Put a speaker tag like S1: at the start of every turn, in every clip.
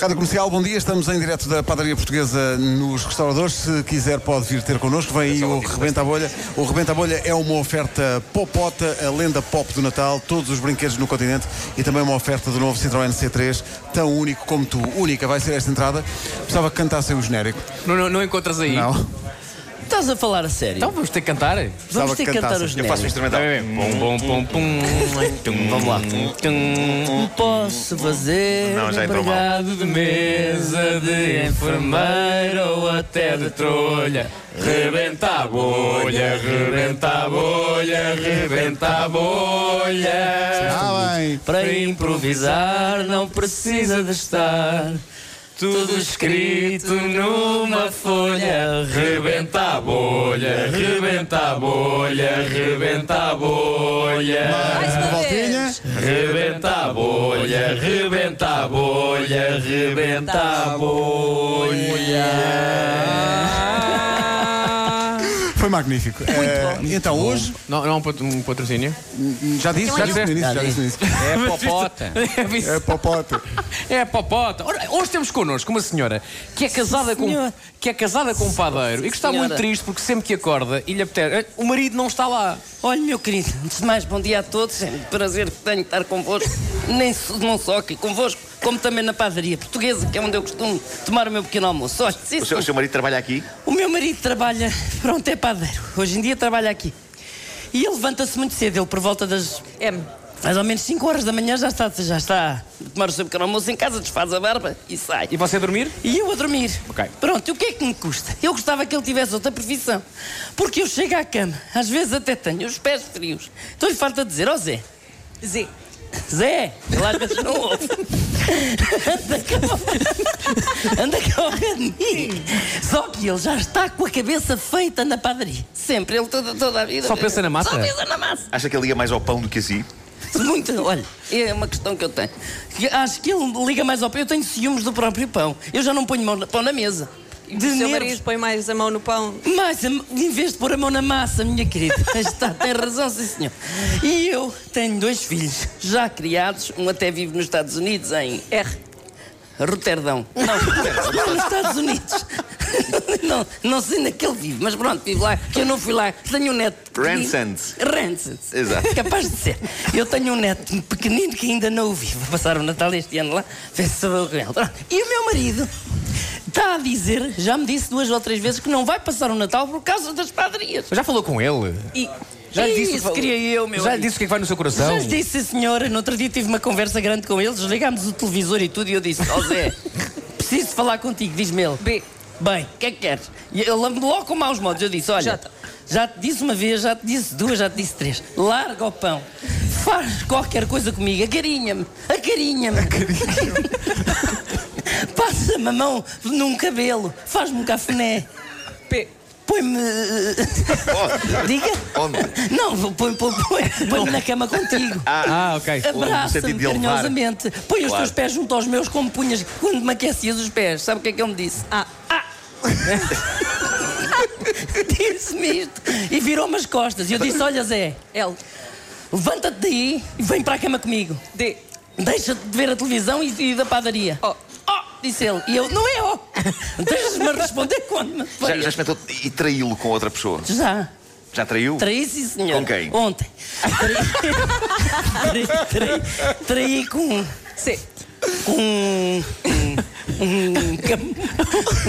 S1: Rádio Comercial, bom dia. Estamos em direto da padaria portuguesa nos restauradores. Se quiser, pode vir ter connosco. Vem aí o Rebenta a Bolha. O Rebenta a Bolha é uma oferta popota, a lenda pop do Natal, todos os brinquedos no continente e também uma oferta do novo Citroën C3, tão único como tu. Única vai ser esta entrada. Precisava que cantassem o genérico.
S2: Não, não, não encontras aí?
S1: Não.
S3: Estás a falar a sério?
S2: Então vamos ter que cantar.
S1: precisava
S3: vamos ter
S1: que
S3: que cantar
S1: cantasse.
S3: os
S1: Eu
S4: assim. Eu faço o
S3: genéricos.
S2: Pum,
S4: instrumental.
S2: pum, pum, pum. Tum,
S3: Vamos lá.
S2: tum. Então
S3: Posso fazer
S4: Não, já entrou mal.
S3: empregado
S2: Lado de mesa, de enfermeiro ou até de trolha. Rebenta a bolha, rebenta a bolha, rebenta a bolha.
S1: Ah, bem.
S3: Para improvisar não precisa de estar
S2: Tudo escrito numa folha. Rebenta a bolha, rebenta a bolha, rebenta a bolha.
S5: Mais uma
S1: Voltinha.
S5: vez.
S2: Rebenta a bolha, rebenta a bolha, rebenta a bolha.
S1: Foi magnífico. Eh, então, hoje,
S2: Não, não é um pat- um patrocínio?
S1: já disse, já disse no início, já disse no início.
S6: É popota.
S1: É popota.
S2: É popota. Ora, hoje temos connosco uma senhora que é casada com
S3: senhora.
S2: que é casada com um padeiro e que está muito
S3: senhora.
S2: triste porque sempre que acorda e lhe apetece, "Eh, o marido não está lá.
S3: Olha, meu querido, antes de mais, bom dia a todos. É um prazer que tenho de estar convosco. Nem so- não só aqui convosco, como também na padaria portuguesa, que é onde eu costumo tomar o meu pequeno almoço. Olha, sim,
S4: O seu, o seu marido trabalha aqui?
S3: O meu marido trabalha, pronto, é padeiro. Hoje em dia trabalha aqui. E ele levanta-se muito cedo, ele por volta das
S5: M.
S3: mais ou menos 5 horas da manhã já está, já está a tomar o seu pequeno almoço em casa, desfaz a barba e sai.
S2: E você a dormir?
S3: E eu a dormir.
S2: Ok.
S3: Pronto, e o que é que me custa? Eu gostava que ele tivesse outra profissão. Porque eu chego à cama, às vezes até tenho os pés frios. Então lhe falta dizer, ó Zé,
S5: Z.
S3: Zé, ele às vezes não ouve. Anda cá, anda cá ao pé de mim. Só que ele já está com a cabeça feita na padaria. Sempre, ele toda, toda a vida.
S2: Só pensa na massa?
S3: Só pensa na massa.
S4: Acha que ele liga mais ao pão do que a si?
S3: Muito, olha, é uma questão que eu tenho. Que Acho que ele liga mais ao pão. Eu tenho ciúmes do próprio pão. Eu já não ponho mão na- pão na mesa. De
S5: O seu
S3: nervos.
S5: marido põe mais a mão no pão.
S3: Mas em vez de pôr a mão na massa, minha querida, está, tem razão, sim senhor. E eu tenho dois filhos já criados, um até vive nos Estados Unidos, em
S5: R.
S3: Roterdão. Não, não nos Estados Unidos. Não, não sei onde é que ele vive, mas pronto, vive lá, que eu não fui lá. Tenho um neto. pequenino.
S4: Ransans.
S3: Ransans.
S4: Exato.
S3: Capaz de ser. Eu tenho um neto pequenino que ainda não o vi. Vou passar o Natal este ano lá, ver se sou eu com ele. Pronto. E o meu marido está a dizer, já me disse duas ou três vezes, que não vai passar o Natal por causa das padarias.
S2: Já falou com ele?
S3: E.
S2: Já lhe disse-
S3: Isso queria eu, meu
S2: Já lhe
S3: amigo.
S2: disse o que é que vai no seu coração?
S3: Já lhe disse, senhora, no outro dia tive uma conversa grande com ele, desligámos o televisor e tudo, e eu disse: Ó Zé, preciso falar contigo, diz-me ele.
S5: B.
S3: Bem, o que é que queres? E ele lembro-me logo com maus modos. Eu disse: Olha, já,
S5: Já tá.
S3: te disse uma vez, já te disse duas, já te disse três. Larga o pão, faz qualquer coisa comigo, acarinha-me, acarinha-me. Passa-me a mão num cabelo, faz-me um cafuné,
S5: P.
S3: põe-me. eh, Diga?
S4: Onde?
S3: Não, põe-me põe, põe, põe na cama contigo.
S2: Ah, ok.
S4: sentido
S3: Abraça-me
S4: de elevar.
S3: carinhosamente. Põe os
S4: Claro.
S3: teus pés junto aos meus como punhas quando me aquecias os pés. Sabe o que é que ele me disse?
S5: A.
S3: Disse-me isto e virou-me as costas. E eu disse: Olha, Zé,
S5: L.
S3: levanta-te daí e vem para a cama comigo.
S5: D.
S3: Deixa-te de ver a televisão e, e da padaria.
S5: O.
S3: Oh, disse ele. E eu: Não é, oh. Deixas-me responder quando me.
S4: Já, já experimentou e traí-lo com outra pessoa?
S3: Já.
S4: Já traiu?
S3: Traí, sim, senhor.
S4: Com quem?
S3: Ontem. Traí, traí, traí com. um
S5: C.
S3: com um, um, cam-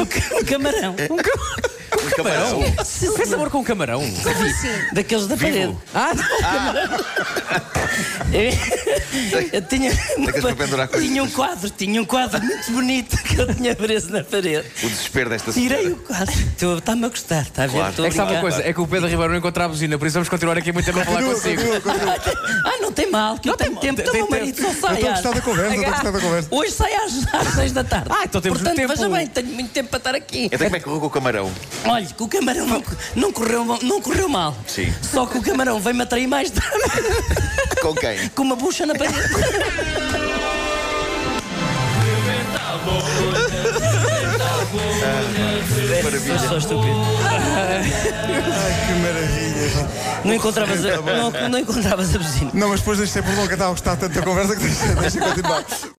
S3: um ca- um camarão.
S4: Um camarão?
S2: Fez amor com um camarão.
S5: Como assim?
S3: Daqueles da parede.
S4: Vivo?
S2: Ah,
S3: Eu, eu tinha,
S4: Daqueles para pendurar coisas.
S3: tinha um quadro, tinha um quadro muito bonito que eu tinha preso na parede.
S4: O desespero desta
S3: Tirei
S4: senhora.
S3: o quadro. Estou- Está-me a gostar, está a ver?
S4: Claro.
S3: Estou a
S2: é que sabe uma
S3: brincar.
S2: coisa, é que o Pedro Ribeiro não encontra a buzina, por isso vamos continuar aqui muito tempo a falar consigo.
S3: Ah, não tem mal, que eu tenho tempo. Então,
S2: tem
S3: meu marido só
S1: Eu estou
S3: sai.
S1: a
S3: às-
S1: gostar da conversa, eu estou a gostar da conversa.
S3: Hoje sai às, às seis da tarde.
S2: Ah, então temos
S3: Portanto,
S2: tempo.
S3: veja bem, tenho muito tempo para estar aqui.
S4: Então como é que correu com o camarão?
S3: Olha, que o camarão não, não correu, não correu mal.
S4: Sim.
S3: Só que o camarão veio-me atrair mais tarde
S4: Com quem?
S3: com uma bucha na parede.
S4: Maravilha.
S3: Só estúpido.
S1: Que maravilha.
S3: Não encontravas a, não, não encontravas a buzina.
S1: Não, mas depois deixei por não que estava a gostar tanto da conversa que deixei, deixei continuar.